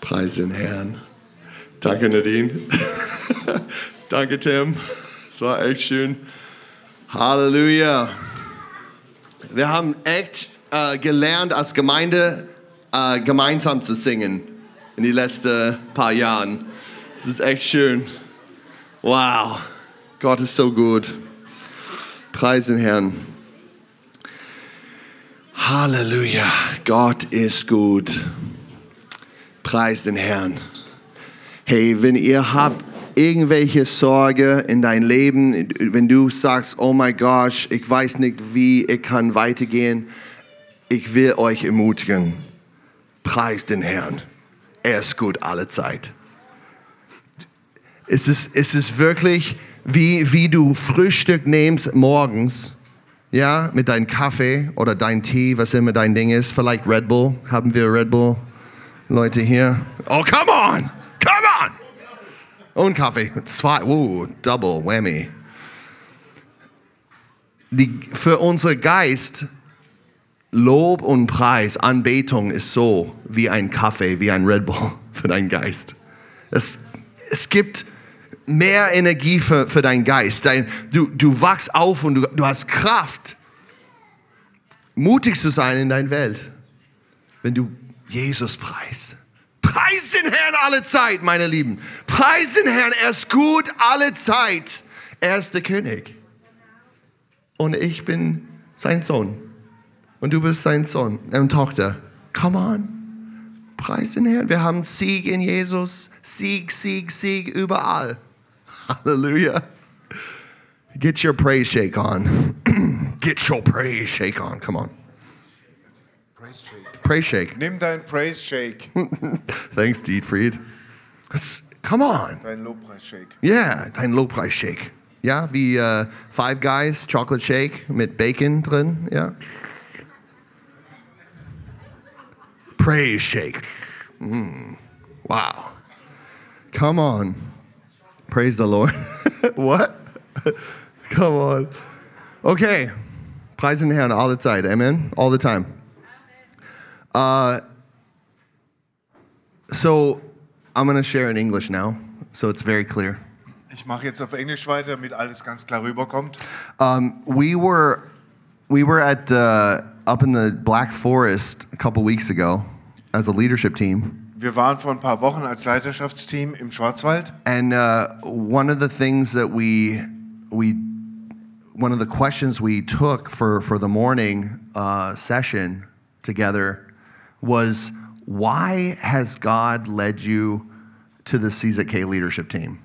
Preis den Herrn. Danke, Nadine. Danke, Tim. Es war echt schön. Halleluja. Wir haben echt äh, gelernt, als Gemeinde äh, gemeinsam zu singen in den letzten paar Jahren. Es ist echt schön. Wow. Gott ist so gut. Preis den Herrn. Halleluja. Gott ist gut. Preis den Herrn. Hey, wenn ihr habt irgendwelche Sorge in dein Leben, wenn du sagst, oh my gosh, ich weiß nicht, wie ich kann weitergehen, ich will euch ermutigen. Preis den Herrn. Er ist gut alle Zeit. Es ist, es ist wirklich wie, wie du Frühstück nimmst morgens, ja, mit deinem Kaffee oder deinem Tee, was immer dein Ding ist. Vielleicht Red Bull. Haben wir Red Bull Leute hier? Oh, come on! Come on! Und Kaffee. Zwei, oh, double whammy. Die, für unseren Geist, Lob und Preis, Anbetung ist so wie ein Kaffee, wie ein Red Bull für deinen Geist. Es, es gibt mehr Energie für, für deinen Geist. Dein, du, du wachst auf und du, du hast Kraft, mutig zu sein in deiner Welt, wenn du Jesus preist. Preis den Herrn alle Zeit, meine Lieben. Preis den Herrn, er ist gut alle Zeit. Er ist der König. Und ich bin sein Sohn. Und du bist sein Sohn und Tochter. Come on. Preis den Herrn. Wir haben Sieg in Jesus. Sieg, Sieg, Sieg überall. Halleluja. Get your praise shake on. Get your praise shake on. Come on. Praise Shake. Praise shake. Nimm dein Praise Shake, Thanks, Dietfried. Das- Come on. dein Lobpreis Shake. Ja, dein Lobpreis-Shake. Ja, wie äh, Five Guys Chocolate Shake mit Bacon drin. Ja. Praise Shake. Mm, Wow. Come on. Praise the Lord. What? Come on. Okay. Preis den Herrn all the time. Amen. All the time. Uh, so I'm going to share in English now, so it's very clear. Ich mache jetzt auf Englisch weiter, damit alles ganz klar rüberkommt. we were we were at uh, up in the Black Forest a couple weeks ago as a leadership team, Wir waren vor ein paar Wochen als Leiterschaftsteam im Schwarzwald and uh, one of the things that we we one of the questions we took for for the morning uh, session together was why has God led you to the CZK leadership team?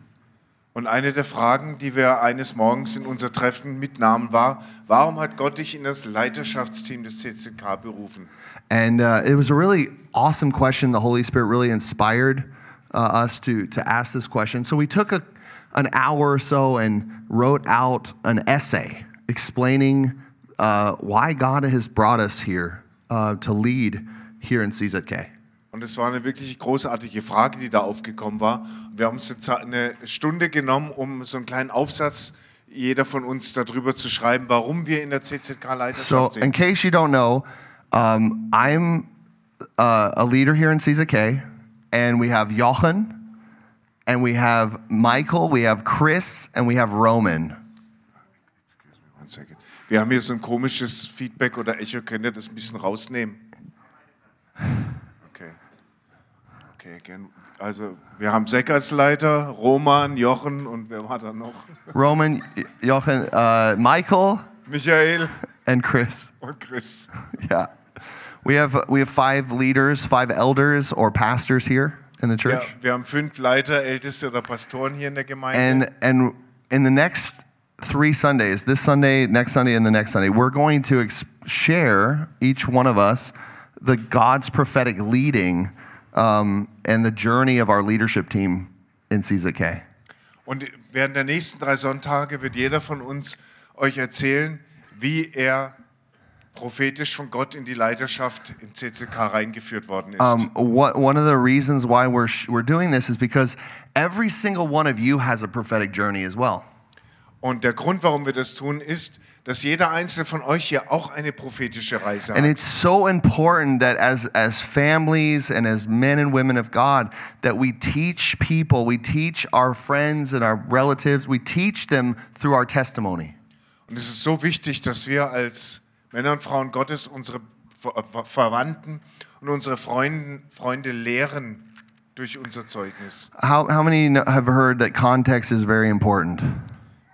und eine der Fragen, die wir eines Morgens in unser Treffen mitnahmen, war, warum hat Gott dich in das Leiterschaftsteam des CCK berufen? And uh, it was a really awesome question. The Holy Spirit really inspired uh, us to, to ask this question. So we took a, an hour or so and wrote out an essay explaining uh, why God has brought us here uh, to lead here in CZK. Und es war eine wirklich großartige Frage, die da aufgekommen war. Wir haben uns eine Ze- eine Stunde genommen, um so einen kleinen Aufsatz jeder von uns darüber zu schreiben, warum wir in der So, CCK-Leiterschaft in sind. case you don't know, um, I'm uh, a leader here in CZK, and we have Jochen, and we have Michael, we have Chris, and we have Roman. One second. Wir haben hier so ein komisches Feedback oder Echo. Könnt ihr das ein bisschen rausnehmen? Okay. Okay, again. also wir haben Seck als Leiter, Roman, Jochen und wer war da noch? Roman, Jochen, uh, Michael, Michael and Chris. und Chris. Yeah, we have we have five leaders, five elders or pastors here in the Ja, church, wir haben fünf Leiter, Älteste oder Pastoren hier in der Gemeinde. and and in the next three Sundays, this Sunday, next Sunday, and the next Sunday, we're going to ex- share each one of us the God's prophetic leading um, and the journey of our leadership team in CZK. Und während der nächsten drei Sonntage wird jeder von uns euch erzählen, wie er prophetisch von Gott in die Leiterschaft im CCK reingeführt worden ist. Um, what, one of the reasons why we're, sh- we're doing this is because every single one of you has a prophetic journey as well. Und der Grund, warum wir das tun, ist, dass jeder einzelne von euch hier auch eine prophetische Reise And hat. it's so important that as, as families and as men and women of God, that we teach people, we teach our friends and our relatives, we teach them through our testimony. Und es ist so wichtig, dass wir als Männer und Frauen Gottes unsere Ver Ver Verwandten und unsere Freunde, Freunde lehren durch unser Zeugnis. How, how many kn- have heard that context is very important?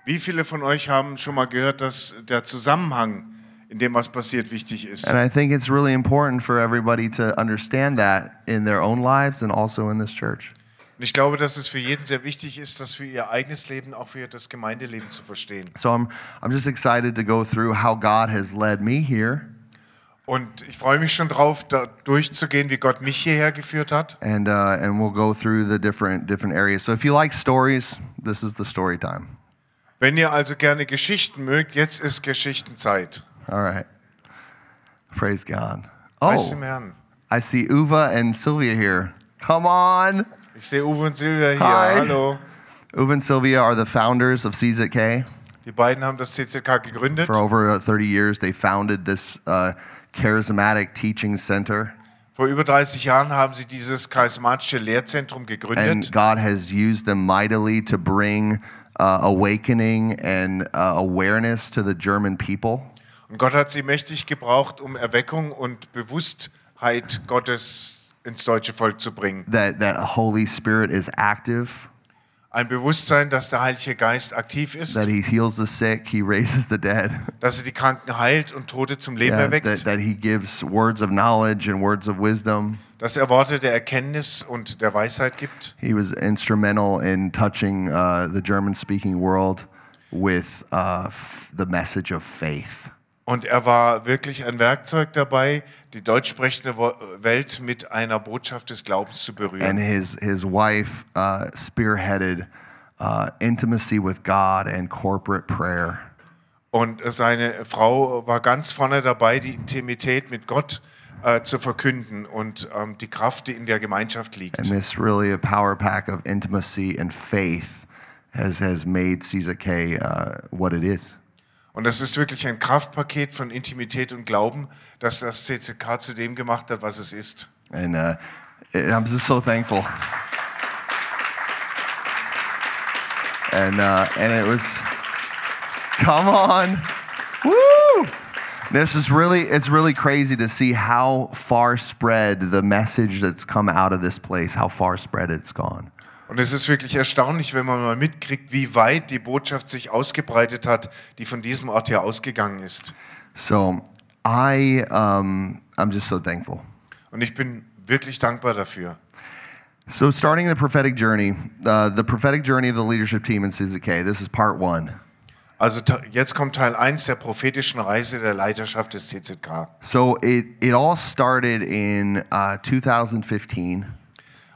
Wie viele von euch haben schon mal gehört, dass der Zusammenhang in dem, was passiert, wichtig ist? And I think it's really important for everybody to understand that in their own lives and also in this church. Und ich glaube, dass es für jeden sehr wichtig ist, das für ihr eigenes Leben, auch für das Gemeindeleben zu verstehen. So I'm, I'm just excited to go through how God has led me here. Und ich freue mich schon drauf, da durchzugehen, wie Gott mich hierher geführt hat. and uh, and we'll go through the different different areas. So if you like stories, this is the story time. Wenn ihr also gerne Geschichten mögt, jetzt ist Geschichtenzeit. All right. Praise God. Preis dem Oh, Herrn. I see Uva and Sylvia here. Come on. Ich sehe Uwe und Silvia hier. Hi. Hallo. Uva and Sylvia are the founders of CZK. Die beiden haben das CCK gegründet. For over uh, 30 years, they founded this uh, charismatic teaching center, Vor über 30 Jahren haben sie dieses charismatische Lehrzentrum and gegründet. God has used them mightily to bring uh, awakening and uh, awareness to the German people. Und Gott hat sie mächtig gebraucht, um Erweckung und Bewusstheit Gottes ins deutsche Volk zu bringen. That that Holy Spirit is active. Ein Bewusstsein, dass der Heilige Geist aktiv ist, that he heals the sick, he raises the dead, dass er die Kranken heilt und Tote zum Leben Yeah, erweckt, that, that he gives words of knowledge and words of wisdom. dass er Worte der Erkenntnis und der Weisheit gibt. He was instrumental in touching uh, the German speaking world with uh, f- the message of faith. Und er war wirklich ein Werkzeug dabei, die deutsch sprechende Wo- Welt mit einer Botschaft des Glaubens zu berühren. And his, his wife uh, spearheaded uh, intimacy with God and corporate prayer. Und seine Frau war ganz vorne dabei, die Intimität mit Gott äh, zu verkünden und ähm, die Kraft, die in der Gemeinschaft liegt. And this really a power pack of intimacy and faith has, has made Caesar K uh, what it is. Und das ist wirklich ein Kraftpaket von Intimität und Glauben, das das CCK zu dem gemacht hat, was es ist. And uh, I'm just so thankful. And uh, and it was, come on, woo! This is really it's really crazy to see how far spread the message that's come out of this place, how far spread it's gone. Und es ist wirklich erstaunlich, wenn man mal mitkriegt, wie weit die Botschaft sich ausgebreitet hat, die von diesem Ort her ausgegangen ist. So I um, I'm just so thankful. Und ich bin wirklich dankbar dafür. So starting the prophetic journey, uh, the prophetic journey of the leadership team in CZK. This is part one. Also ta- jetzt kommt Teil 1 der prophetischen Reise der Leiterschaft des CCK. So it, it all started in uh, 2015.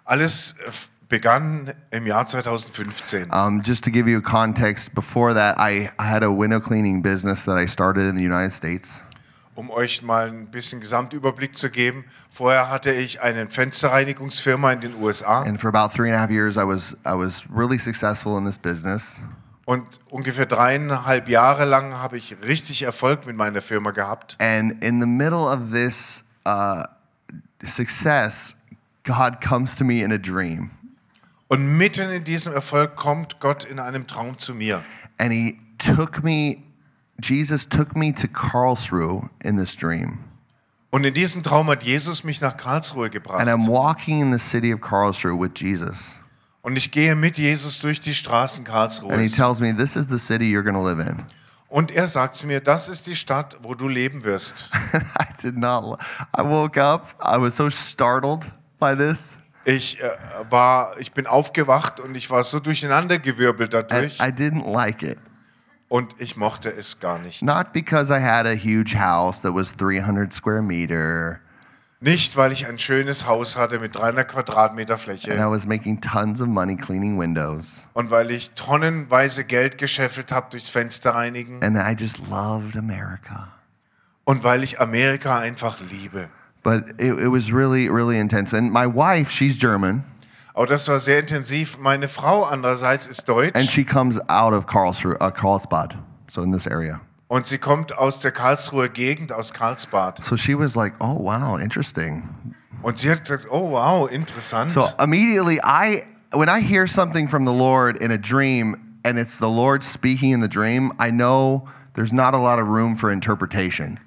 Alles äh, f- begann im Jahr 2015. Um, just to give you context, before that, I, I had a window cleaning business that I started in the United States. Um euch mal ein bisschen Gesamtüberblick zu geben, vorher hatte ich eine Fensterreinigungsfirma in den USA And for about three and a half years, I was, I was really successful in this business. und ungefähr dreieinhalb Jahre lang habe ich richtig Erfolg mit meiner Firma gehabt. And in the middle of this uh, success, God comes to me in a dream. Und mitten in diesem Erfolg kommt Gott in einem Traum zu mir. And he took me, Jesus took me to Karlsruhe in this dream. Und in diesem Traum hat Jesus mich nach Karlsruhe gebracht. And I'm walking in the city of Karlsruhe with Jesus. Und ich gehe mit Jesus durch die Straßen And he Karlsruhes. tells me, This is the city you're going to live in. Und er sagt zu mir, das ist die Stadt, wo du leben wirst. I did not. li- I woke up. I was so startled by this. Ich äh, war, ich bin aufgewacht und ich war so durcheinandergewirbelt And dadurch I didn't like it. und ich mochte es gar nicht. Not because I had a huge house that was 300 square meter Nicht, weil ich ein schönes Haus hatte mit 300 Quadratmeter and I Fläche was making tons of money cleaning windows. und weil ich tonnenweise Geld gescheffelt habe durchs Fenster reinigen And I just loved America. und weil ich Amerika einfach liebe. But it, it was really, really intense. And my wife, she's German, Aber das war sehr intensiv. Meine Frau andererseits ist and deutsch she comes out of Karlsruhe, uh, Karlsbad, so in this area. Und sie kommt aus der Karlsruher Gegend, aus Karlsbad. So she was like, oh, wow, interesting. Und sie hat gesagt, oh wow, interessant. So immediately, I when I hear something from the Lord in a dream and it's the Lord speaking in the dream, I know there's not a lot of room for interpretation.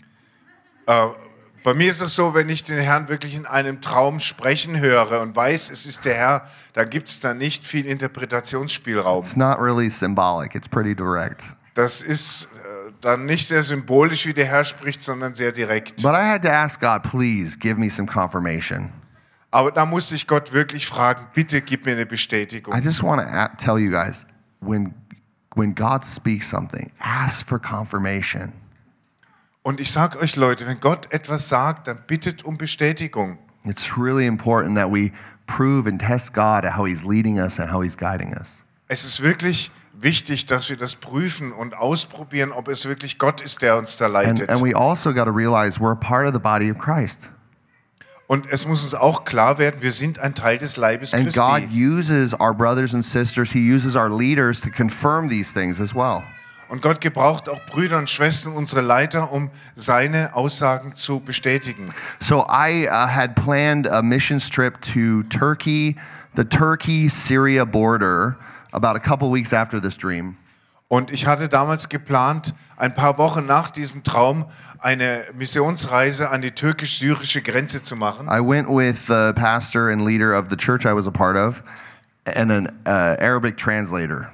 Bei mir ist es so, wenn ich den Herrn wirklich in einem Traum sprechen höre und weiß, es ist der Herr, da gibt es da nicht viel Interpretationsspielraum. It's not really symbolic, it's pretty direct. Das ist äh, dann nicht sehr symbolisch, wie der Herr spricht, sondern sehr direkt. But I had to ask God, please give me some confirmation. Aber da musste ich Gott wirklich fragen, bitte gib mir eine I Bestätigung. just want to tell you guys when when God speaks something, ask for confirmation. Und ich sage euch Leute, wenn Gott etwas sagt, dann bittet um Bestätigung. It's really important that we prove and test God at how He's leading us and how He's guiding us. Es ist wirklich wichtig, dass wir das prüfen und ausprobieren, ob es wirklich Gott ist, der uns da And, leitet. and we also got to realize we're a part of the body of Christ. Und es muss uns auch klar werden, wir sind ein Teil des Leibes And God Christi. uses our brothers and sisters, He uses our leaders to confirm these things as well. Und Gott gebraucht auch Brüder und Schwestern, unsere Leiter, um seine Aussagen zu bestätigen. So I uh, had planned a missions trip to Turkey, the Turkey Syria border, about a couple weeks after this dream. Und ich hatte damals geplant, ein paar Wochen nach diesem Traum eine Missionsreise an die türkisch-syrische Grenze zu machen. I went with the pastor and leader of the church I was a part of and an uh, Arabic translator.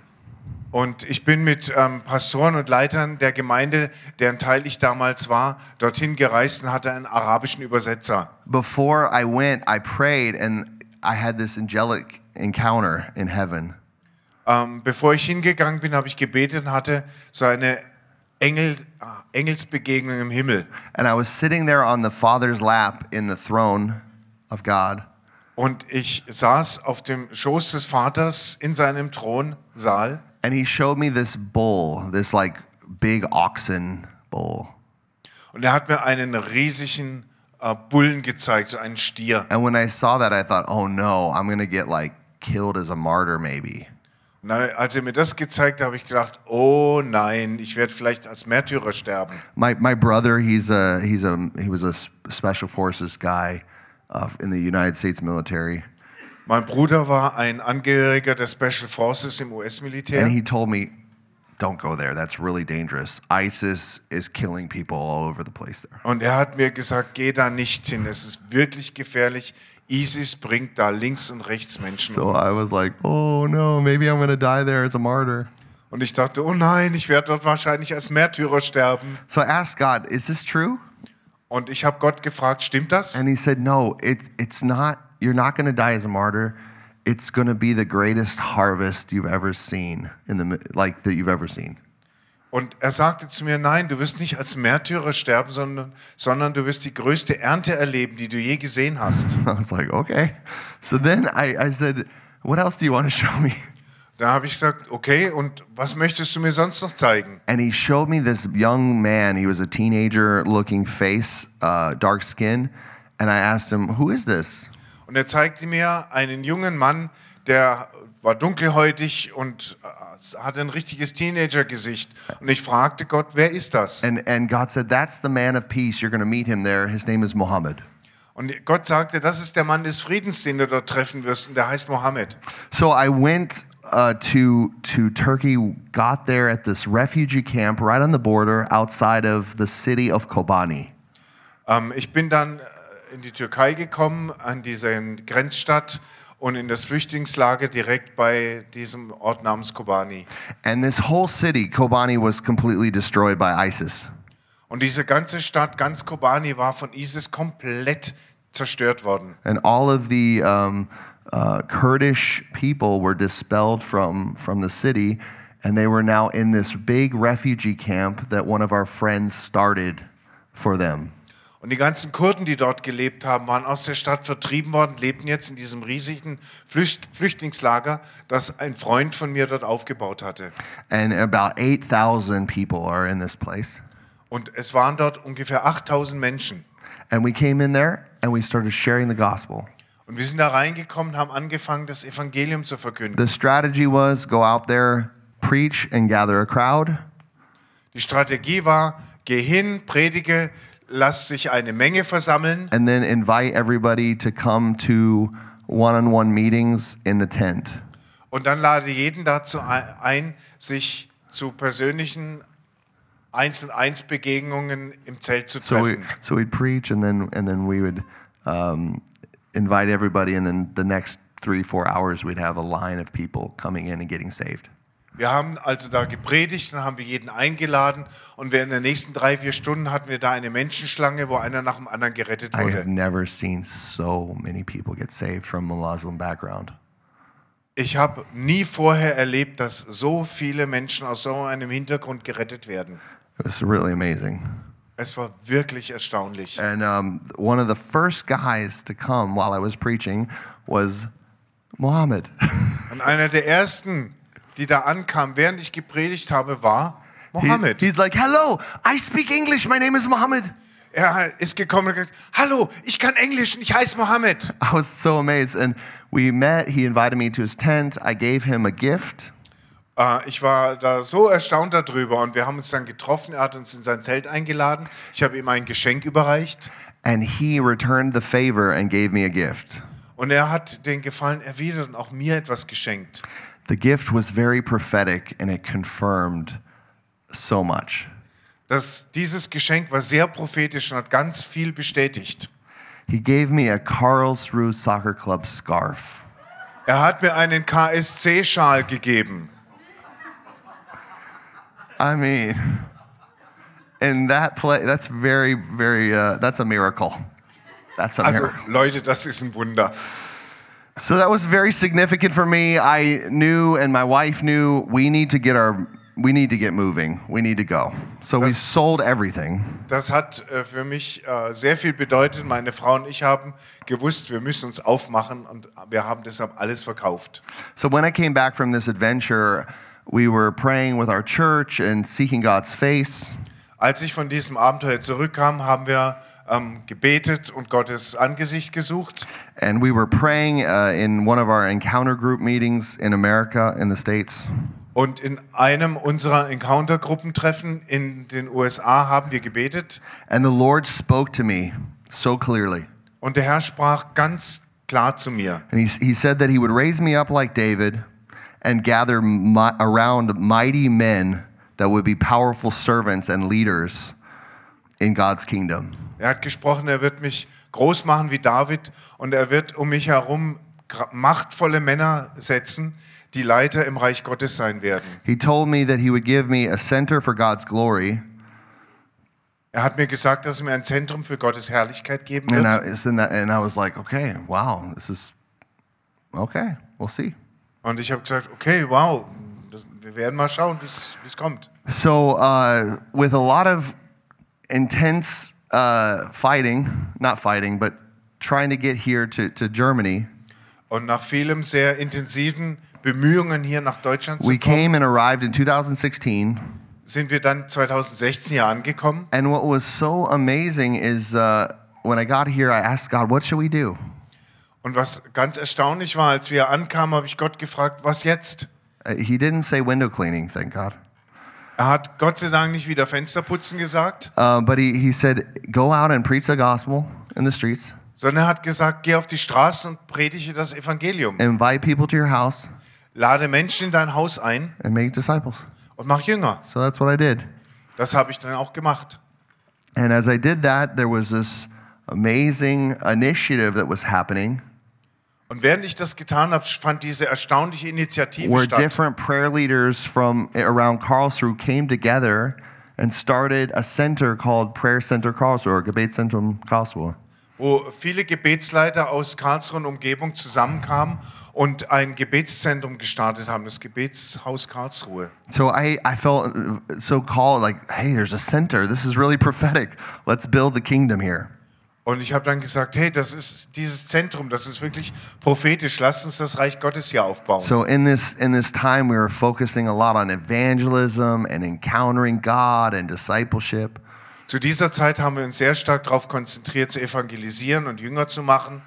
Und ich bin mit ähm, Pastoren und Leitern der Gemeinde, deren Teil ich damals war, dorthin gereist und hatte einen arabischen Übersetzer. Before I went, I prayed and I had this angelic encounter in heaven. Ähm, bevor ich hingegangen bin, habe ich gebetet und hatte so eine Engel, ah, Engelsbegegnung im Himmel. And I was sitting there on the Father's lap in the throne of God. Und ich saß auf dem Schoß des Vaters in seinem Thronsaal And he showed me this bull, this like big oxen bull. und er hat mir einen riesigen äh, Bullen gezeigt, so einen Stier. And when I saw that, I thought, oh no, I'm going to get like killed as a martyr, maybe. Und als er mir das gezeigt hat, habe ich gedacht, oh nein, ich werde vielleicht als Märtyrer sterben. My, my brother, he's a, he's a, he was a s- special forces guy uh, in the United States military. Mein Bruder war ein Angehöriger der Special Forces im And US-Militär. he told me, don't go there. That's really dangerous. ISIS is killing people all over the place there. Und er hat mir gesagt, geh da nicht hin, es ist wirklich gefährlich. ISIS bringt da links und rechts Menschen So um. I was like, oh no, maybe I'm going to die there as a martyr. Und ich dachte, oh nein, ich werde dort wahrscheinlich als Märtyrer sterben. So I asked God, is this true? Und ich habe Gott gefragt, stimmt das? And he said, No, it, it's not, you're not going to die as a martyr. It's going to be the greatest harvest you've ever seen, in the, mi- like that you've ever seen. Und er sagte zu mir, nein, du wirst nicht als Märtyrer sterben, sondern, sondern du wirst die größte Ernte erleben, die du je gesehen hast. I was like, Okay. So then I, I said, What else do you want to show me? Da habe ich gesagt, okay, und was möchtest du mir sonst noch zeigen? And he showed me this young man. He was a teenager looking face, uh, dark skin. And I asked him, Who is this? Und er zeigte mir einen jungen Mann, der war dunkelhäutig und äh, hatte ein richtiges Teenagergesicht. Und ich fragte Gott, wer ist das? And, and God said, That's the man of peace. You're going to meet him there. His name is Muhammad. Und Gott sagte, das ist der Mann des Friedens, den du dort treffen wirst, und der heißt Mohammed. So I went uh, to to Turkey, got there at this refugee camp right on the border outside of the city of Kobani. Ähm, ich bin dann äh, in die Türkei gekommen, an diese Grenzstadt und in das Flüchtlingslager direkt bei diesem Ort namens Kobani. And this whole city, Kobani, was completely destroyed by ISIS. Und diese ganze Stadt, ganz Kobani, war von ISIS komplett zerstört worden. And all of the um, uh, Kurdish people were dispelled from, from the city, and they were now in this big refugee camp that one of our friends started for them. Und die ganzen Kurden, die dort gelebt haben, waren aus der Stadt vertrieben worden, lebten jetzt in diesem riesigen Flücht Flüchtlingslager, das ein Freund von mir dort aufgebaut hatte. And about 8,000 people are in this place. Und es waren dort ungefähr 8000 Menschen. And we came in there and we started sharing the gospel. Und wir sind da reingekommen, haben angefangen, das Evangelium zu verkünden. The strategy was go out there, preach, and gather a crowd. Die Strategie war, geh hin, predige, lass sich eine Menge versammeln and then invite everybody to come to one on one meetings in the tent. und dann lade jeden dazu ein, sich zu persönlichen 1 und 1 Begegnungen im Zelt zu So we treffen. so we'd preach and then and then we would um, invite everybody and then the next three four hours we'd have a line of people coming in and getting saved. Wir haben also da gepredigt, dann haben wir jeden eingeladen und während der nächsten drei, vier Stunden hatten wir da eine Menschenschlange, wo einer nach dem anderen gerettet I have wurde. never seen so many people get saved from a Muslim background. Ich habe nie vorher erlebt, dass so viele Menschen aus so einem Hintergrund gerettet werden. It was really amazing. Es war wirklich erstaunlich. And um, one of the first guys to come while I was preaching was Muhammad. Und einer der ersten, die da ankam, während ich gepredigt habe, war He- Mohammed. he's like, "Hello, I speak English. My name is Muhammad." Er ist gekommen und gesagt, hallo, ich kann Englisch und ich heiße Mohammed. I was so amazed. And we met. He invited me to his tent. I gave him a gift. Äh, Ich war da so erstaunt darüber und wir haben uns dann getroffen. Er hat uns in sein Zelt eingeladen. Ich habe ihm ein Geschenk überreicht And he returned the favor and gave me a gift. und er hat den Gefallen erwidert und auch mir etwas geschenkt. The gift was very prophetic and it confirmed so much. Das, dieses Geschenk war sehr prophetisch und hat ganz viel bestätigt. He gave me a Karlsruhe Soccer Club scarf. Er hat mir einen KSC-Schal gegeben. I mean, in that play, that's very, very, uh, that's a miracle. That's a Also miracle. Leute, das ist ein Wunder. So that was very significant for me. I knew, and my wife knew, we need to get our, we need to get moving. We need to go. So we That's- sold everything. Das hat äh, für mich äh, sehr viel bedeutet. Meine Frau und ich haben gewusst, wir müssen uns aufmachen und wir haben deshalb alles verkauft. So when I came back from this adventure, we were praying with our church and seeking God's face. Als ich von diesem Abenteuer zurückkam, haben wir ähm, gebetet und Gottes Angesicht gesucht. And we were praying uh, in one of our encounter group meetings in America, in the States. Und in einem unserer Encounter-Gruppentreffen in den USA haben wir gebetet And the Lord spoke to me so clearly. und der Herr sprach ganz klar zu mir. And he, he said that he would raise me up like David and gather mi- around mighty men that would be powerful servants and leaders in God's kingdom. Er hat gesprochen, er wird mich groß machen wie David und er wird um mich herum gra- machtvolle Männer setzen, die Leiter im Reich Gottes sein werden. He told me that he would give me a center for God's glory. Er hat mir gesagt, dass er mir ein Zentrum für Gottes Herrlichkeit geben And I, wird. and I, and I was like, okay, wow, this is okay, we'll see. Und ich habe gesagt, okay, wow, das, wir werden mal schauen, wie es kommt. So, uh, with a lot of intense uh, fighting, not fighting, but trying to get here to, to Germany, Und nach vielem sehr intensiven Bemühungen hier nach Deutschland zu we kommen, came and arrived in 2016. sind wir dann 2016 hier angekommen. And what was so amazing is uh, when I got here, I asked God, what should we do? Und was ganz erstaunlich war, als wir ankamen, habe ich Gott gefragt, was jetzt? Uh, he didn't say window cleaning, thank God. Er hat Gott sei Dank nicht wieder Fensterputzen gesagt, Uh, but he, he said, go out and preach the gospel in the streets, sondern er hat gesagt, geh auf die Straße und predige das Evangelium. invite people to your house, Lade Menschen in dein Haus ein and make disciples. und mach Jünger. So that's what I did. Das habe ich dann auch gemacht. And as I did that, there was this amazing initiative that was happening Und während ich das getan habe, fand diese erstaunliche Initiative where statt. different prayer leaders from eh, around Karlsruhe came together and started a center called Prayer Center Karlsruhe or Gebetszentrum Karlsruhe. wo viele Gebetsleiter aus Karlsruhe und Umgebung zusammenkamen und ein Gebetszentrum gestartet haben, das Gebetshaus Karlsruhe. So I, I felt so called like, hey, there's a center. This is really prophetic. Let's build the kingdom here. Und ich habe dann gesagt, hey, das ist dieses Zentrum, das ist wirklich prophetisch, lasst uns das Reich Gottes hier aufbauen. So in this in this time we were focusing a lot on evangelism and encountering God and discipleship. Zu dieser Zeit haben wir uns sehr stark darauf konzentriert, zu evangelisieren und Jünger zu machen.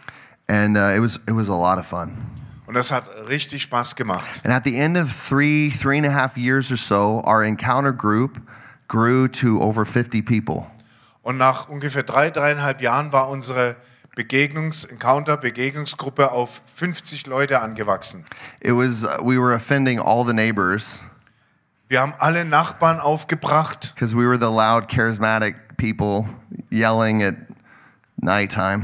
And uh, it was it was a lot of fun. Und das hat richtig Spaß gemacht. And at the end of three, three and a half years or so, our encounter group grew to over 50 people. Und nach ungefähr drei, dreieinhalb Jahren war unsere Begegnungs-, Encounter-Begegnungsgruppe auf 50 Leute angewachsen. It was uh, we were offending all the neighbors Wir haben alle Nachbarn aufgebracht, because we were the loud, charismatic people yelling at nighttime.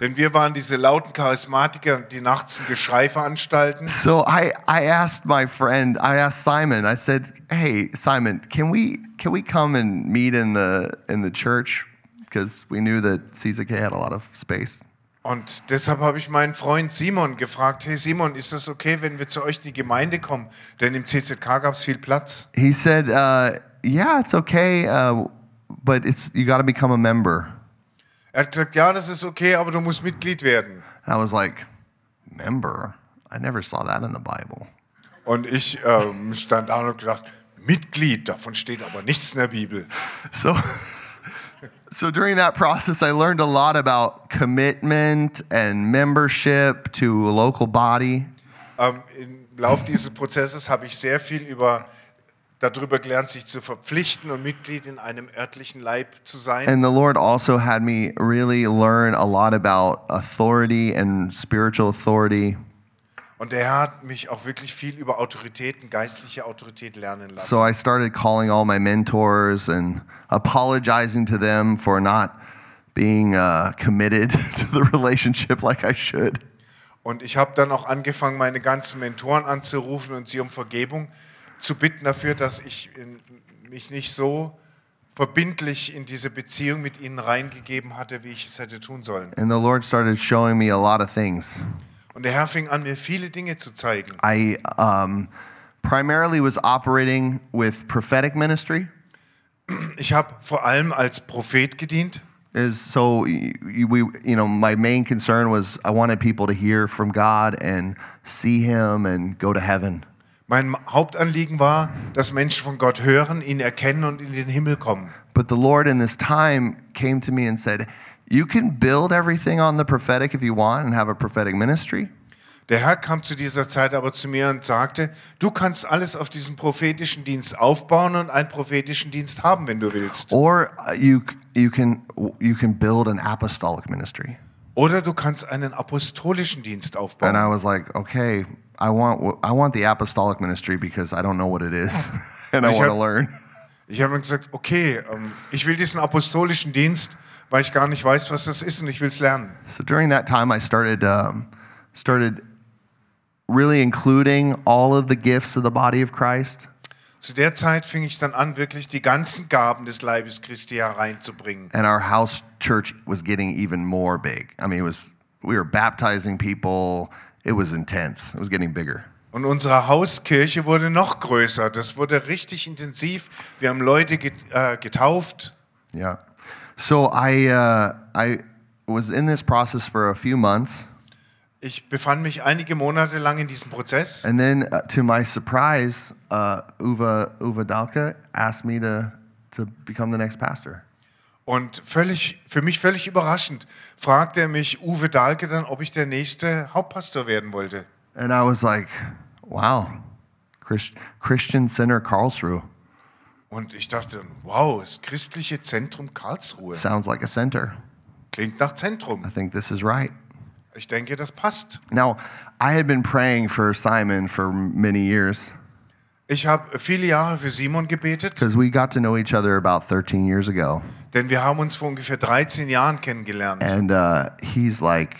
denn wir waren diese lauten Charismatiker, die nachts ein Geschrei veranstalten. So I, I asked my friend, I asked Simon, I said, Hey Simon, can we can we come and meet in the in the church? Because we knew that CZK had a lot of space. Und deshalb habe ich meinen Freund Simon gefragt, hey Simon, ist das okay, wenn wir zu euch in die Gemeinde kommen? Denn im CZK gab es viel Platz. He said, uh, yeah, it's okay, uh, but it's you gotta become a member. Er hat gesagt, ja, das ist okay, aber du musst Mitglied werden. And I was like, Member? I never saw that in the Bible. Und ich ähm, stand da und habe gedacht, Mitglied, davon steht aber nichts in der Bibel. So, so during that process, I learned a lot about commitment and membership to a local body. Ähm, Im Lauf dieses Prozesses habe ich sehr viel über darüber gelernt, sich zu verpflichten und Mitglied in einem örtlichen Leib zu sein. And the Lord also had me really learn a lot about authority and spiritual authority. Und der Herr hat mich auch wirklich viel über Autoritäten, geistliche Autorität lernen lassen. So I started calling all my mentors and apologizing to them for not being uh, committed to the relationship like I should. Und ich habe dann auch angefangen, meine ganzen Mentoren anzurufen und sie um Vergebung zu bitten dafür, dass ich in, mich nicht so verbindlich in diese Beziehung mit ihnen reingegeben hatte, wie ich es hätte tun sollen. And the Lord started showing me a lot of things. Und der Herr fing an, mir viele Dinge zu zeigen. I um, primarily was operating with prophetic ministry. Ich habe vor allem als Prophet gedient. Is so y- y- we you know my main concern was I wanted people to hear from God and see Him and go to heaven. Mein Hauptanliegen war, dass Menschen von Gott hören, ihn erkennen und in den Himmel kommen. But the Lord in this time came to me and said, "You can build everything on the prophetic if you want and have a prophetic ministry, Der Herr kam zu dieser Zeit aber zu mir und sagte, du kannst alles auf diesen prophetischen Dienst aufbauen und einen prophetischen Dienst haben, wenn du willst. or uh, you c- you can you can build an apostolic ministry." Oder du kannst einen apostolischen Dienst And aufbauen. I was like, okay, I want I want the apostolic ministry because I don't know what it is, and I Ich want to hab- learn. Ich habe mir gesagt, okay, ähm, ich will diesen apostolischen Dienst, weil ich gar nicht weiß, was das ist und ich will es lernen. So during that time, I started um, started really including all of the gifts of the body of Christ. Zu der Zeit fing ich dann an, wirklich die ganzen Gaben des Leibes Christi hereinzubringen. And our house church was getting even more big. I mean, it was we were baptizing people. It was intense. It was getting bigger. Und unsere Hauskirche wurde noch größer. Das wurde richtig intensiv. Wir haben Leute get, äh, getauft. Yeah. So I uh, I was in this process for a few months. Ich befand mich einige Monate lang in diesem Prozess. And then, uh, to my surprise, uh, Uva Uva Dalka asked me to to become the next pastor. Und völlig, für mich völlig überraschend fragte er mich, Uwe Dahlke, dann, ob ich der nächste Hauptpastor werden wollte. And I was like, "Wow, Christ- Christian Center Karlsruhe Und ich dachte, wow, das christliche Zentrum Karlsruhe. sounds like a center. Klingt nach I Zentrum. think this is right." Ich denke, das passt. Now, I had been praying for Simon for many years Ich habe viele Jahre für Simon gebetet, because we got to know each other about 13 years ago, denn wir haben uns vor ungefähr 13 Jahren kennengelernt. and uh, he's like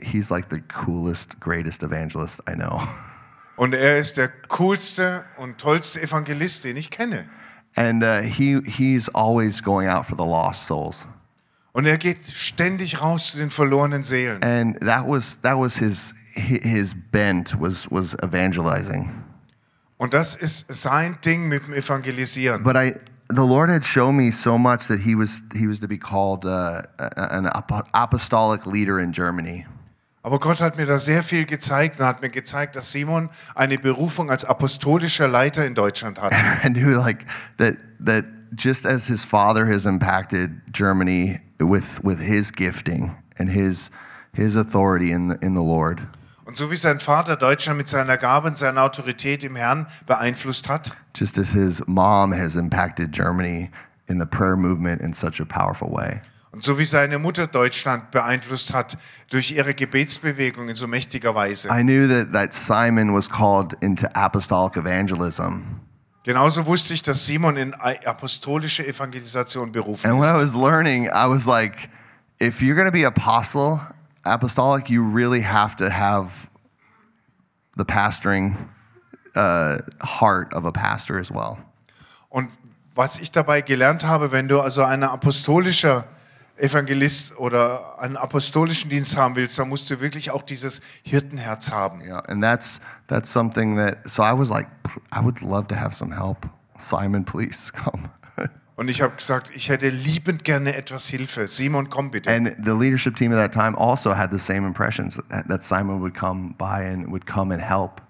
he's like the coolest, greatest evangelist I know. Und er ist der coolste und tollste Evangelist, den ich kenne. And uh, he he's always going out for the lost souls. Und er geht ständig raus zu den verlorenen Seelen. and that was that was his hi- his bent was was evangelizing Und das ist sein Ding mit dem Evangelisieren. but i the lord had shown me so much that he was he was to be called uh, a- an apo- apostolic leader in germany Aber Gott hat mir da sehr viel gezeigt und hat mir gezeigt, dass Simon eine Berufung als apostolischer Leiter in Deutschland hat. i knew like that that just as his father has impacted germany with with his gifting and his his authority in the, in the lord Und so wie sein Vater Deutschland mit seiner Gabe und seiner Autorität im Herrn beeinflusst hat, just as his mom has impacted Germany in the prayer movement in such a powerful way. und so wie seine Mutter Deutschland beeinflusst hat durch ihre Gebetsbewegung in so mächtiger Weise, I knew that, that Simon was called into apostolic evangelism. genauso wusste ich, dass Simon in apostolische Evangelisation berufen And when I was ist. learning, I was like, if you're going to be apostle, apostolic, you really have to have the pastoring uh, heart of a pastor as well. Und was ich dabei gelernt habe, wenn du also ein apostolischer Evangelist oder einen apostolischen Dienst haben willst, dann musst du wirklich auch dieses Hirtenherz haben. You know, and that's that's something that. So I was like, "P- I would love to have some help, Simon. Please come. Und ich habe gesagt, ich hätte liebend gerne etwas Hilfe. Simon, komm bitte. and the leadership team at that time also had the same impressions that, that Simon would come by and would come and help.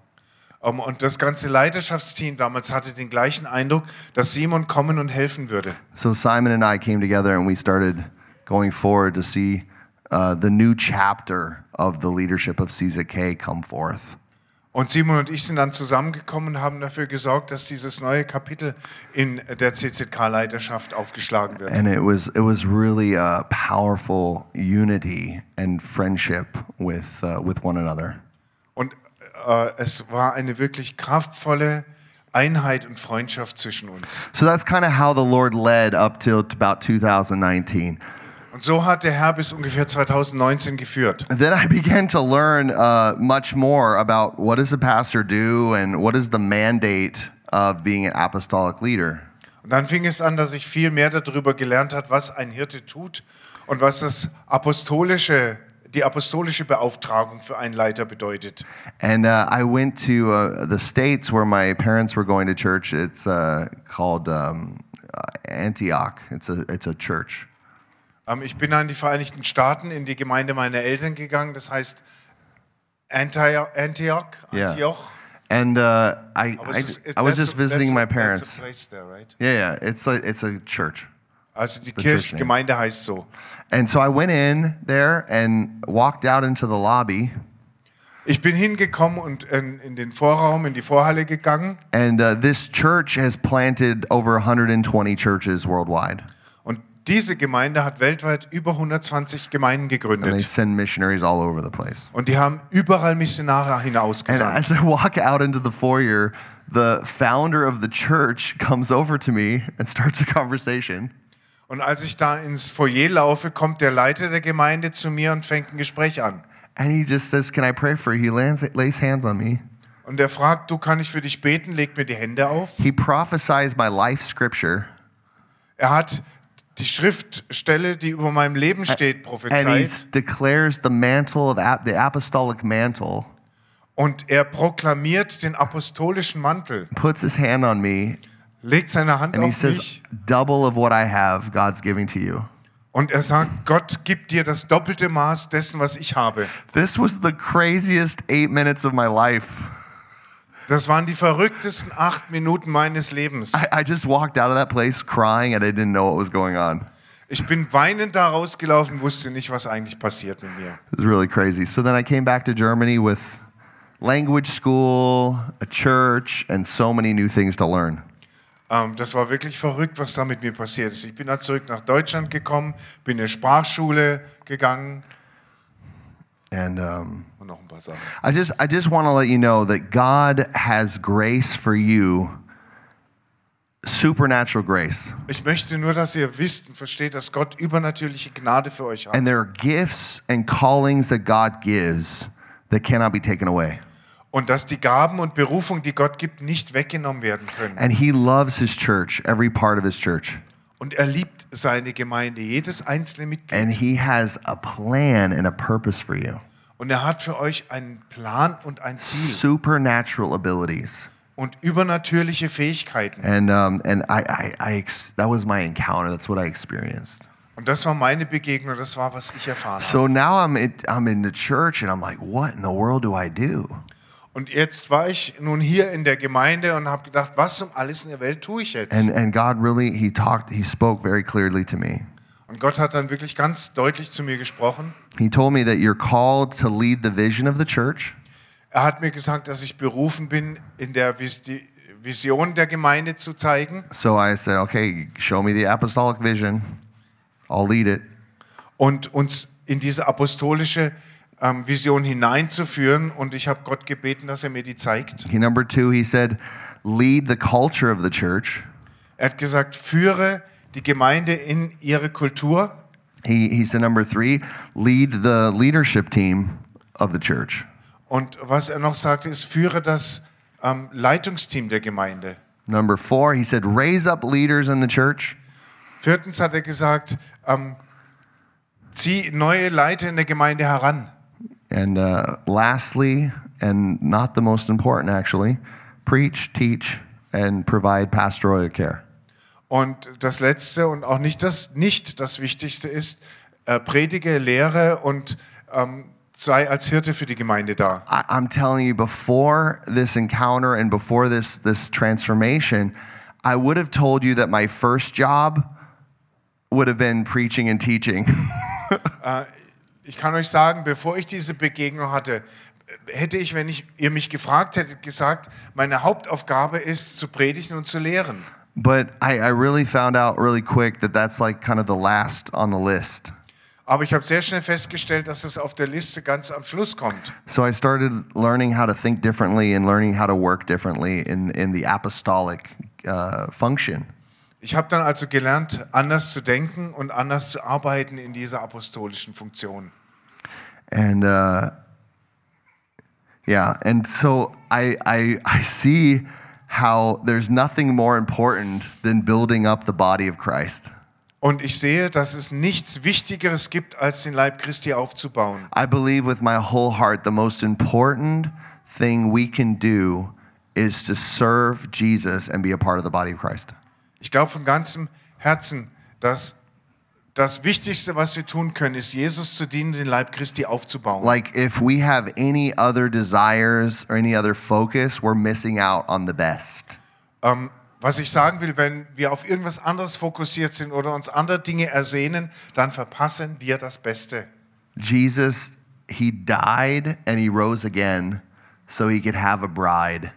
Um, und das ganze Leiterschaftsteam damals hatte den gleichen Eindruck, dass Simon kommen und helfen würde. So Simon and I came together and we started going forward to see uh, the new chapter of the leadership of CZK come forth. Und Simon und ich sind dann zusammengekommen und haben dafür gesorgt, dass dieses neue Kapitel in der CZK-Leiterschaft aufgeschlagen wird. And it was it was really a powerful unity and friendship with uh, with one another. Und äh, es war eine wirklich kraftvolle Einheit und Freundschaft zwischen uns. So that's kind of how the Lord led up till t- about 2019. Und so hat der Herr bis ungefähr 2019 geführt. Then I began to learn uh, much more about what does a pastor do and what is the mandate of being an apostolic leader. Und dann fing es an, dass ich viel mehr darüber gelernt hat, was ein Hirte tut und was das apostolische, die apostolische Beauftragung für einen Leiter bedeutet. And uh, I went to uh, the States where my parents were going to church. It's uh, called um, uh, Antioch, it's a, it's a church. Ähm, ich bin an die Vereinigten Staaten in die Gemeinde meiner Eltern gegangen, das heißt Antio- Antioch. Yeah. Antioch. And uh, I, Aber I, es ist- I was that's just a- that's visiting a- my that's a parents. place there, right? Yeah, yeah, it's a, it's a church. Also die church name. Kirchgemeinde heißt so. And so I went in there and walked out into the lobby. Ich bin hingekommen und in, in den Vorraum, in die Vorhalle gegangen. And uh, this church has planted over 120 churches worldwide. Und diese Gemeinde hat weltweit über 120 Gemeinden And they gegründet. send missionaries all over the place. Und die haben überall Missionare And hinausgesandt. as I walk out into the foyer, the founder of the church comes over to me and starts a conversation. Und als ich da ins Foyer laufe, kommt der Leiter der Gemeinde zu mir und fängt ein Gespräch an. And he just says, Can I pray for you? He lands, lays hands on me. Und er fragt, du kann ich für dich beten, legt mir die Hände auf. He prophesies my life scripture. Er hat die Schriftstelle, die über meinem Leben steht, And he prophezeit. declares the mantle of ap- the apostolic mantle, Und er proklamiert den apostolischen Mantel, puts his hand on me, legt seine Hand and he auf says, mich Double of what I have, God's giving to you. und er sagt, Gott gibt dir das doppelte Maß dessen, was ich habe. This was the craziest eight minutes of my life. Das waren die verrücktesten acht Minuten meines Lebens. I, I just walked out of that place crying and I didn't know what was going on. It Ich bin weinend da rausgelaufen, wusste nicht, was eigentlich passiert mit mir. was really crazy. So then I came back to Germany with language school, a church, and so many new things to learn. Ähm, das war wirklich verrückt, was da mit mir passiert ist. Ich bin dann zurück nach Deutschland gekommen, bin in eine Sprachschule gegangen And um, und noch ein paar Sachen. I just, I just want to let you know that God has grace for you, supernatural grace. Ich möchte nur, dass ihr wisst und versteht, dass Gott übernatürliche Gnade für euch hat. And there are gifts and callings that God gives that cannot be taken away. Und dass die Gaben und Berufung, die Gott gibt, nicht weggenommen werden können. And He loves His church, every part of His church. Und er liebt seine Gemeinde, jedes einzelne Mitglied. and he has a plan and a purpose for you. Und er hat für euch einen Plan und ein Ziel Supernatural abilities, und übernatürliche Fähigkeiten. and um, and I, I, I ex- that was my encounter. That's what I experienced. Und das war meine Begegnung, das war, was ich erfahren habe. So now I'm in, I'm in the church, and I'm like, what in the world do I do? Und jetzt war ich nun hier in der Gemeinde und habe gedacht, was um alles in der Welt tue ich jetzt? And and God really, he talked, he spoke very clearly to me. Und Gott hat dann wirklich ganz deutlich zu mir gesprochen. He told me that you're called to lead the vision of the church, Er hat mir gesagt, dass ich berufen bin, in der Vis die Vision der Gemeinde zu zeigen. So I said, okay, show me the apostolic vision. I'll lead it. und uns in diese apostolische ähm, Vision hineinzuführen. Und ich habe Gott gebeten, dass er mir die zeigt. He, number two, he said, lead the culture of the church. Er hat gesagt, führe die Gemeinde in ihre Kultur. He, he said, number three, lead the leadership team of the church. Und was er noch sagte, ist, führe das ähm, Leitungsteam der Gemeinde. Number four, he said, raise up leaders in the church. Viertens hat er gesagt, ähm, zieh neue Leiter in der Gemeinde heran. And uh, lastly, and not the most important actually, preach, teach, and provide pastoral care. Und das Letzte und auch nicht das, nicht das Wichtigste ist, äh, predige, lehre und ähm, sei als Hirte für die Gemeinde da. I, I'm telling you, before this encounter and before this this transformation, I would have told you that my first job would have been preaching and teaching. Ich kann euch sagen, bevor ich diese Begegnung hatte, äh, hätte ich, wenn ich, ihr mich gefragt hättet, gesagt, meine Hauptaufgabe ist, zu predigen und zu lehren. but I, I really found out really quick that that's like kind of the last on the list. Aber ich habe sehr schnell festgestellt, dass es auf der Liste ganz am Schluss kommt. So I started learning how to think differently and learning how to work differently in, in the apostolic uh, function. Ich habe dann also gelernt, anders zu denken und anders zu arbeiten in dieser apostolischen Funktion. and uh, yeah, and so I, I I see how there's nothing more important than building up the body of Christ. Und ich sehe, dass es nichts Wichtigeres gibt, als den Leib Christi aufzubauen. I believe with my whole heart the most important thing we can do is to serve Jesus and be a part of the body of Christ. Ich glaube von ganzem Herzen, dass das Wichtigste, was wir tun können, ist, Jesus zu dienen, den Leib Christi aufzubauen. Like if we have any other desires or any other focus, we're missing out on the best. Ähm, was ich sagen will, wenn wir auf irgendwas anderes fokussiert sind oder uns andere Dinge ersehnen, dann verpassen wir das Beste. Jesus, he died and he rose again so he could have a bride.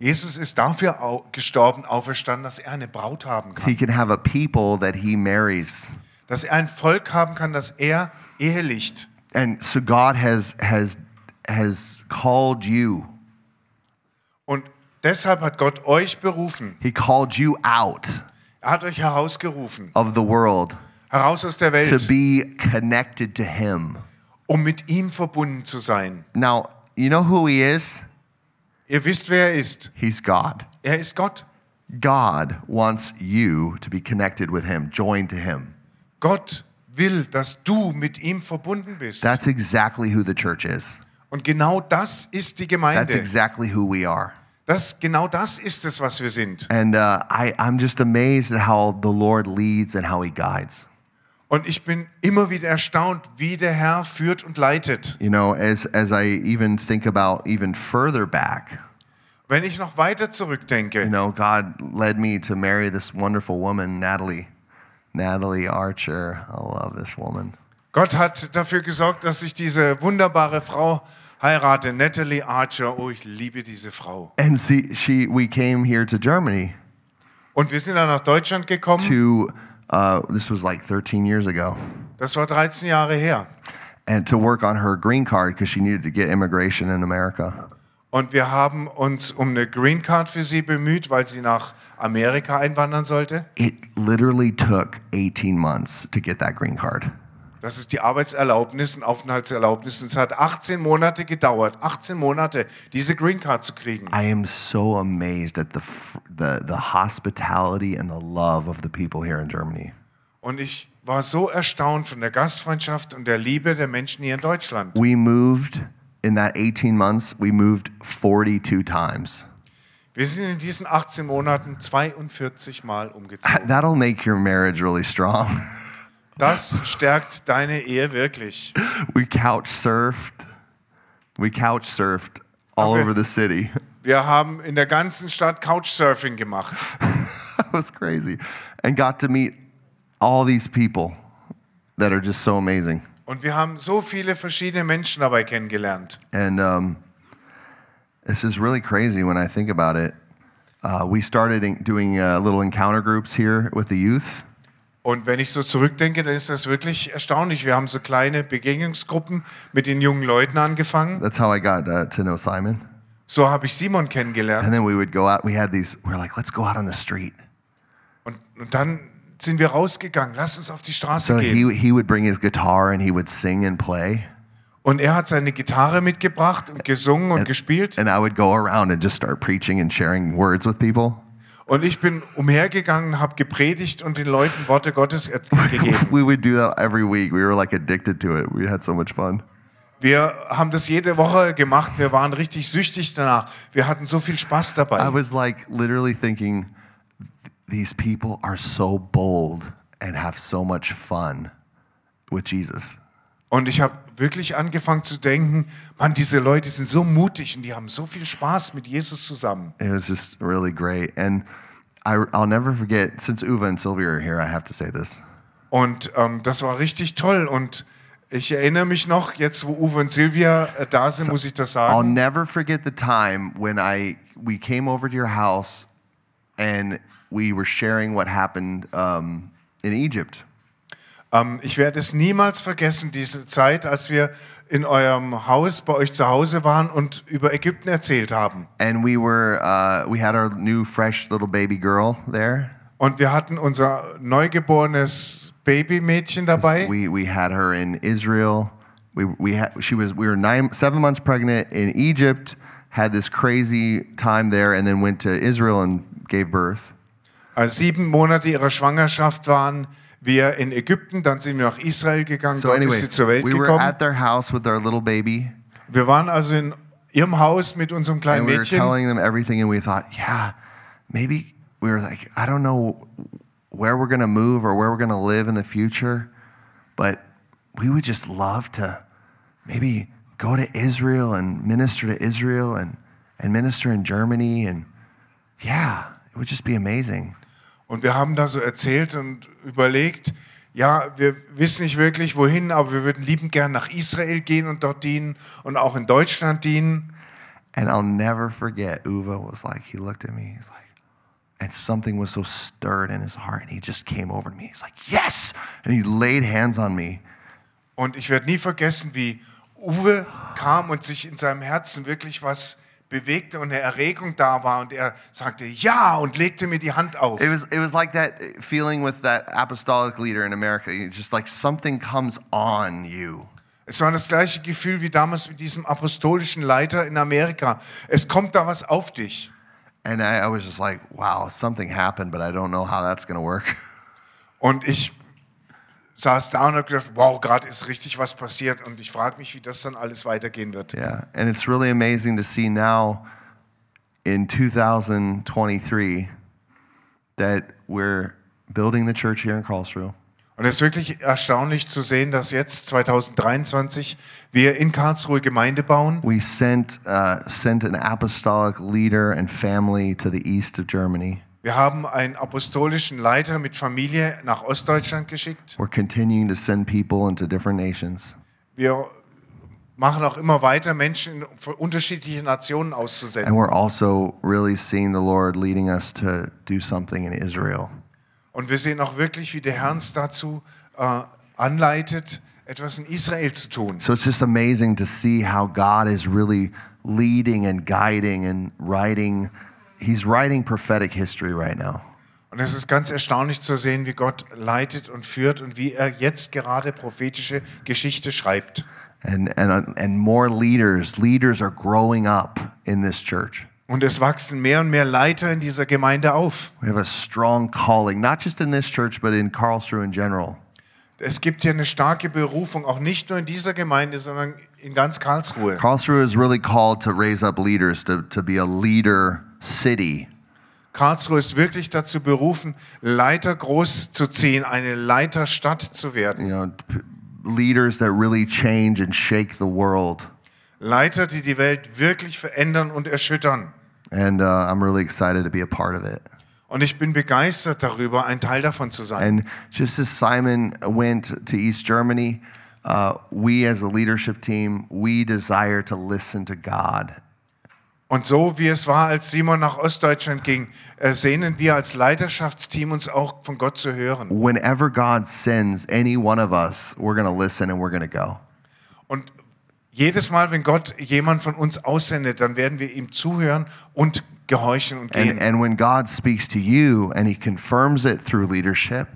Jesus ist dafür au gestorben, auferstanden, dass er eine Braut haben kann, He can have a people that he marries. dass er ein Volk haben kann, dass er ehelicht. And so God has has has called you. Und deshalb hat Gott euch berufen. He called you out Er hat euch herausgerufen, of the world heraus aus der to Welt, be connected to him. um mit ihm verbunden zu sein. Now, you know who he is? Ihr wisst, wer er ist. He's God. Er ist Gott. God wants you to be connected with him, joined to him. Gott will, dass du mit ihm verbunden bist. That's exactly who the church is. Und genau das ist die That's Gemeinde. exactly who we are. Das, genau das ist es, was wir sind. And uh, I, I'm just amazed at how the Lord leads and how he guides. Und ich bin immer wieder erstaunt, wie der Herr führt und leitet. You know, as as I even think about even further back, Wenn ich noch weiter you zurückdenke, know, God led me to marry this wonderful woman, Natalie, Natalie Archer. I love this woman. Gott hat dafür gesorgt, dass ich diese wunderbare Frau heirate, Natalie Archer. Oh, ich liebe diese Frau. And see, she we came here to Germany Und wir sind dann nach Deutschland gekommen. to uh, this was like 13 years ago, Das war 13 Jahre her. and to work on her green card because she needed to get immigration in America. Und wir haben uns um eine Green Card für sie bemüht, weil sie nach Amerika einwandern sollte. It literally took 18 months to get that green card. Das ist die Arbeitserlaubnis und Aufenthaltserlaubnis. Und es hat 18 Monate gedauert, 18 Monate, diese Green Card zu kriegen. I am so amazed at the, f- the, the hospitality and the love of the people here in Germany. Und ich war so erstaunt von der Gastfreundschaft und der Liebe der Menschen hier in Deutschland. We moved in that 18 months, we moved 42 times. Wir sind in diesen 18 Monaten 42 Mal umgezogen. That'll make your marriage really strong. Das stärkt deine Ehe wirklich. we couch surfed. We couch surfed all Okay. over the city. Wir haben in der ganzen Stadt Couchsurfing gemacht. that was crazy. And got to meet all these people that are just so amazing. Und wir haben so viele verschiedene Menschen dabei kennengelernt. And um, This is really crazy when I think about it. Uh, we started in, doing uh, little encounter groups here with the youth. Und wenn ich so zurückdenke, dann ist das wirklich erstaunlich. Wir haben so kleine Begegnungsgruppen mit den jungen Leuten angefangen. That's how I got uh, to know Simon. So habe ich Simon kennengelernt. And then we would go out. We had these. We're like, let's go out on the street. Und, und dann sind wir rausgegangen. Lass uns auf die Straße So gehen. he he would bring his guitar and he would sing and play, Und er hat seine Gitarre mitgebracht und gesungen und gespielt. and I would go around and just start preaching and sharing words with people. Und ich bin umhergegangen, habe gepredigt und den Leuten Worte Gottes er- gegeben. we would do that every week. We were like addicted to it. We had so much fun. Wir haben das jede Woche gemacht. Wir waren richtig süchtig danach. Wir hatten so viel Spaß I dabei. was like literally thinking, these people are so bold and have so much fun with Jesus. Und ich habe wirklich angefangen zu denken, Mann, diese Leute sind so mutig und die haben so viel Spaß mit Jesus zusammen. It was just really great. And I, I'll never forget, since Uva and Sylvia are here, I have to say this. Und ähm, das war richtig toll. Und ich erinnere mich noch, jetzt wo Uwe und Silvia äh, da sind, muss ich das I'll sagen. never forget the time when I we came over to your house and we were sharing what happened um, in Egypt. Ähm, ich werde es niemals vergessen, diese Zeit, als wir in eurem Haus bei euch zu Hause waren und über Ägypten erzählt haben. And we were uh, we had our new fresh little baby girl there. Und wir hatten unser neugeborenes Babymädchen dabei. We we had her in Israel. We we had she was we were nine seven months pregnant in Egypt. Had this crazy time there, and then went to Israel and gave birth. Als Sieben Monate ihrer Schwangerschaft waren wir in Ägypten, dann sind wir nach Israel gegangen, So dort anyway, ist sie zur Welt we were gekommen. at their house with our little baby, Wir waren also in ihrem Haus mit unserem kleinen and we were Mädchen. telling them everything, and we thought, yeah, maybe we were like, I don't know where we're gonna move or where we're gonna live in the future, but we would just love to maybe go to Israel and minister to Israel and and minister in Germany, and yeah, it would just be amazing. Und wir haben da so erzählt und überlegt, ja, wir wissen nicht wirklich wohin, aber wir würden liebend gern nach Israel gehen und dort dienen und auch in Deutschland dienen. And I'll never forget, Uva was like, he looked at me, he's like, and something was so stirred in his heart, and he just came over to me. He's like, yes! And he laid hands on me. Und ich werde nie vergessen, wie Uwe kam und sich in seinem Herzen wirklich was bewegte und eine Erregung da war und er sagte ja und legte mir die Hand auf. It was, it was like that feeling with that apostolic leader in America. It's just like something comes on you. Es war das gleiche Gefühl wie damals mit diesem apostolischen Leiter in Amerika. Es kommt da was auf dich. And I, I was just like, wow, something happened, but I don't know how that's going to work. Und ich saß da und habe gedacht, wow, gerade ist richtig was passiert und ich frage mich, wie das dann alles weitergehen wird. yeah. And it's really amazing to see now in 2023 that we're building the church here in Karlsruhe. Und es ist wirklich erstaunlich zu sehen, dass jetzt 2023 wir in Karlsruhe Gemeinde bauen. We sent, uh, sent an apostolic leader and family to the east of Germany. Wir haben einen apostolischen Leiter mit Familie nach Ostdeutschland geschickt. We're continuing to send people into different nations. Wir machen auch immer weiter, Menschen in unterschiedliche Nationen auszusenden. And we're also really seeing the Lord leading us to do something in Israel. Und wir sehen auch wirklich, wie der Herr uns dazu äh, anleitet, etwas in Israel zu tun. So it's just amazing to see how God is really leading and guiding and writing. He's writing prophetic history right now. Und es ist ganz erstaunlich zu sehen, wie Gott leitet und führt und wie er jetzt gerade prophetische Geschichte schreibt. And, and, and more leaders, leaders are growing up in this church. Und es wachsen mehr und mehr Leiter in dieser Gemeinde auf. We have a strong calling, not just in this church, but in Karlsruhe in general. Es gibt hier eine starke Berufung, auch nicht nur in dieser Gemeinde, sondern in ganz Karlsruhe. Karlsruhe is really called to raise up leaders, to, to be a leader city. Karlsruhe ist wirklich dazu berufen, Leiter groß zu ziehen, eine Leiterstadt zu werden. You know, p- leaders that really change and shake the world. Leiter, die die Welt wirklich verändern und erschüttern. And uh, I'm really excited to be a part of it. Und ich bin begeistert darüber, ein Teil davon zu sein. And just as Simon went to East Germany, uh, we as a leadership team, we desire to listen to God Und so wie es war, als Simon nach Ostdeutschland ging, äh, sehnen wir als Leiterschaftsteam uns auch von Gott zu hören. Whenever God sends any one of us, we're going to listen and we're going to go. Und jedes Mal, wenn Gott jemand von uns aussendet, dann werden wir ihm zuhören und gehorchen und And, gehen. and when God speaks to you and he confirms it through leadership,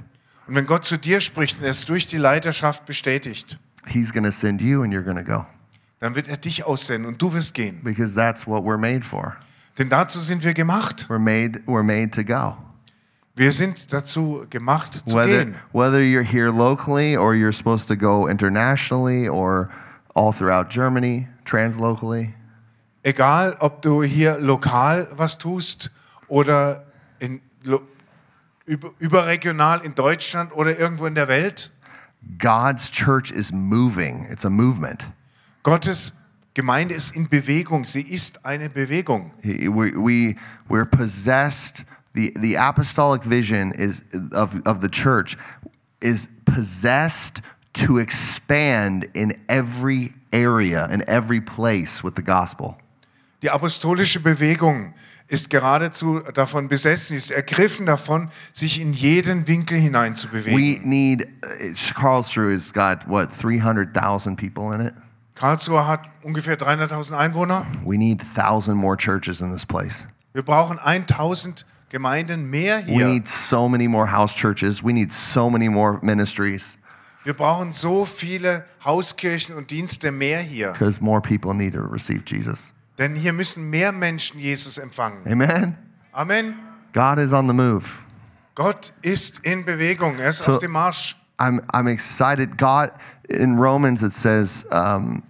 Und wenn Gott zu dir spricht und es durch die Leiterschaft bestätigt, he's going to send you and you're going to go dann wird er dich aussenden und du wirst gehen. because that's what we're made for. Denn dazu sind wir gemacht. We're made, we're made to go. Wir sind dazu gemacht zu Whether, gehen. whether you're here locally or you're supposed to go internationally or all throughout Germany, translocally, Egal, ob du hier lokal was tust oder in, lo, über, überregional in Deutschland oder irgendwo in der Welt, God's church is moving. It's a movement. Gottes Gemeinde ist in Bewegung. Sie ist eine Bewegung. He- We, we, we're possessed, the, the apostolic vision is, of, of the church is possessed to expand in every area, in every place with the gospel. Die apostolische Bewegung ist geradezu davon besessen, ist ergriffen davon, sich in jeden Winkel hinein zu bewegen. We need, uh, Karlsruhe has got what, 300,000 people in it? Karlsruhe hat ungefähr 300.000 Einwohner. We need 1,000 more churches in this place. Wir brauchen 1.000 Gemeinden mehr We hier. need so many more house churches. We need so many more ministries Wir brauchen so viele Hauskirchen und Dienste mehr hier. because more people need to receive Jesus. Denn hier müssen mehr Menschen Jesus empfangen. Amen? Amen. God is on the move. Gott ist in Bewegung. Er ist So- auf dem Marsch. I'm, I'm excited. God, in Romans, it says um,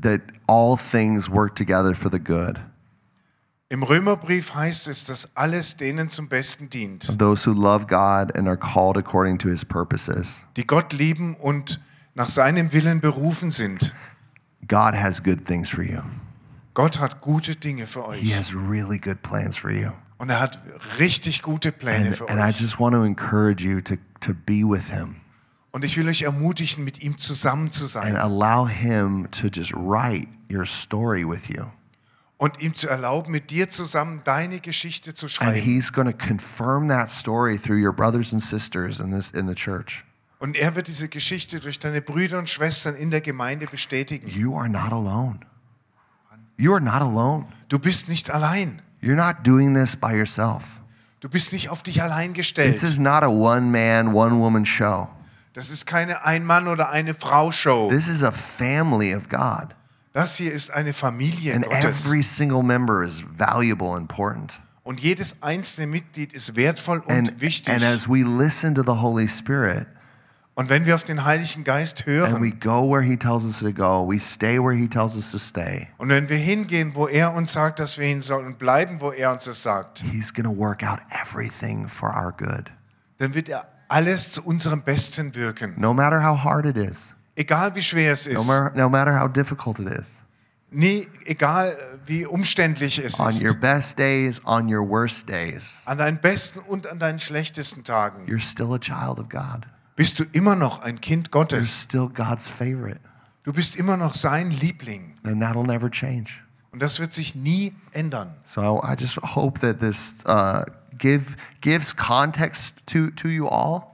that all things work together for the good. Im Römerbrief heißt es, dass alles denen zum Besten dient, Those who love God and are called according to his purposes. die Gott lieben und nach seinem Willen berufen sind. God has good things for you. Gott hat gute Dinge für He euch. has really good plans for you. Und er hat richtig gute Pläne And, für and I euch. just want to encourage you to, to be with him Und ich will euch ermutigen, mit ihm zusammen zu and sein allow him to just write your story with you. und ihm zu erlauben, mit dir zusammen deine Geschichte zu And schreiben. he's going to confirm that story through your brothers and sisters in, this, in the church. Und er wird diese Geschichte durch deine Brüder und Schwestern in der Gemeinde bestätigen. You are not alone. You are not alone. Du bist nicht allein. You're not doing this by yourself. Du bist nicht auf dich allein This gestellt. is not a one man, one woman show. Das ist keine Ein-Mann- oder Eine-Frau-Show. This is a family of God. Das hier ist eine Familie And Gottes. every single member is valuable, important. Und jedes einzelne Mitglied ist wertvoll und And, wichtig. and as we listen to the Holy Spirit Und wenn wir auf den Heiligen Geist and we hören go where He tells us to go, we stay where He tells us to stay, und wenn wir hingehen, wo er uns sagt, dass wir hin sollen und bleiben, wo er uns das sagt, He's going to work out everything for our good, dann wird er alles zu unserem Besten wirken. no matter how hard it is, Egal wie schwer es no, ist, mar- no matter how difficult it is. nie, egal äh, wie umständlich es on ist. your best days, on your worst days, An deinen besten und an deinen schlechtesten Tagen you're still a child of God. bist du immer noch ein Kind You're Gottes. still God's favorite, Du bist immer noch sein Liebling. and that'll never change. Und das wird sich nie ändern. So I just hope that this uh, give gives context to to you all,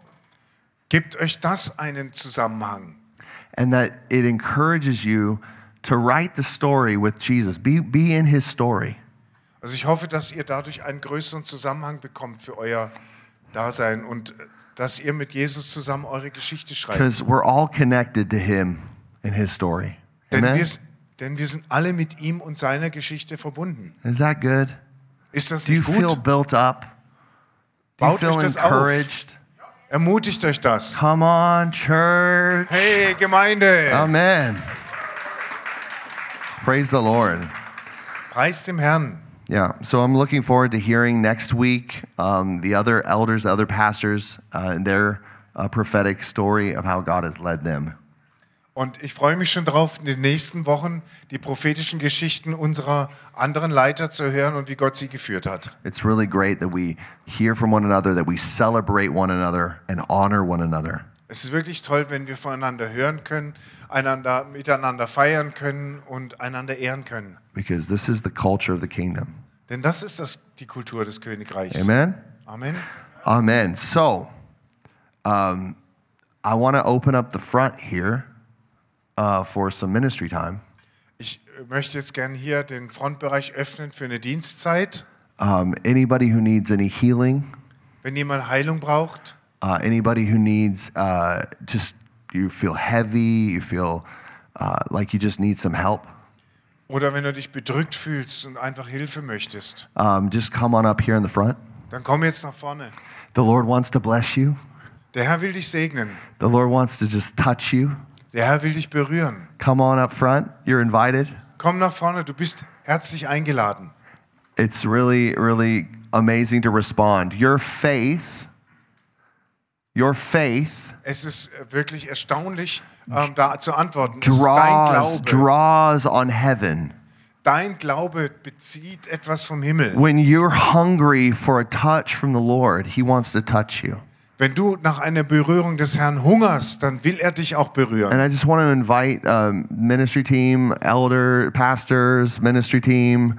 Gebt euch das einen Zusammenhang. and that it encourages you to write the story with Jesus. Be be in His story. Also ich hoffe, dass ihr dadurch einen größeren Zusammenhang bekommt für euer Dasein und äh, dass ihr mit Jesus zusammen eure Geschichte schreibt. Because we're all connected to Him and His story. Denn wir, Amen? s- denn wir sind alle mit ihm und seiner Geschichte verbunden. Is that good? Ist das Do you nicht feel gut? built up? Do you Baut euch feel das auf. encouraged? Ermutigt euch das. Come on, church. Hey Gemeinde, Amen. Praise the Lord. preist dem Herrn. Yeah, so I'm looking forward to hearing next week um, the other elders, the other pastors, uh, and their uh, prophetic story of how God has led them. Und ich freue mich schon drauf, in den nächsten Wochen die prophetischen Geschichten unserer anderen Leiter zu hören und wie Gott sie geführt hat. It's really great that we hear from one another, that we celebrate one another and honor one another. Es ist wirklich toll, wenn wir voneinander hören können, einander miteinander feiern können und einander ehren können. because this is the culture of the kingdom. Denn das ist das, die Kultur des Königreichs. Amen? Amen. Amen. So, um, I want to open up the front here uh, for some ministry time. Ich äh, möchte jetzt gerne hier den Frontbereich öffnen für eine Dienstzeit. Um, anybody who needs any healing, Wenn jemand Heilung braucht, uh, anybody who needs uh, just you feel heavy, you feel uh, like you just need some help, Oder wenn du dich bedrückt fühlst und einfach Hilfe möchtest, um, just come on up here in the front. dann komm jetzt nach vorne. The Lord wants to bless you. Der Herr will dich segnen. The Lord wants to just touch you. Der Herr will dich berühren. Come on up front. You're invited. Komm nach vorne, du bist herzlich eingeladen. It's really, really amazing to respond. Your faith, your faith Es ist äh, wirklich erstaunlich, ähm, da zu antworten. Es ist dein draws, Glaube. draws on heaven. dein Glaube bezieht etwas vom Himmel. When you're hungry for a touch from the Lord, He wants to touch you. Wenn du nach einer Berührung des Herrn hungerst, dann will er dich auch berühren. And I just want to invite um, ministry team, elder, pastors, ministry team,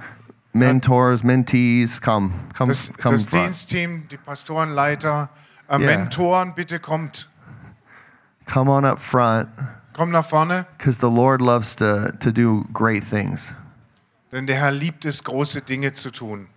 mentors, mentees, come, come, Das, come das front. Dienstteam, die Pastorenleiter, Yeah. äh, Mentoren, bitte kommt. Come on up front, Komm nach vorne, because the Lord loves to to do great things. denn der Herr liebt es, große Dinge zu tun.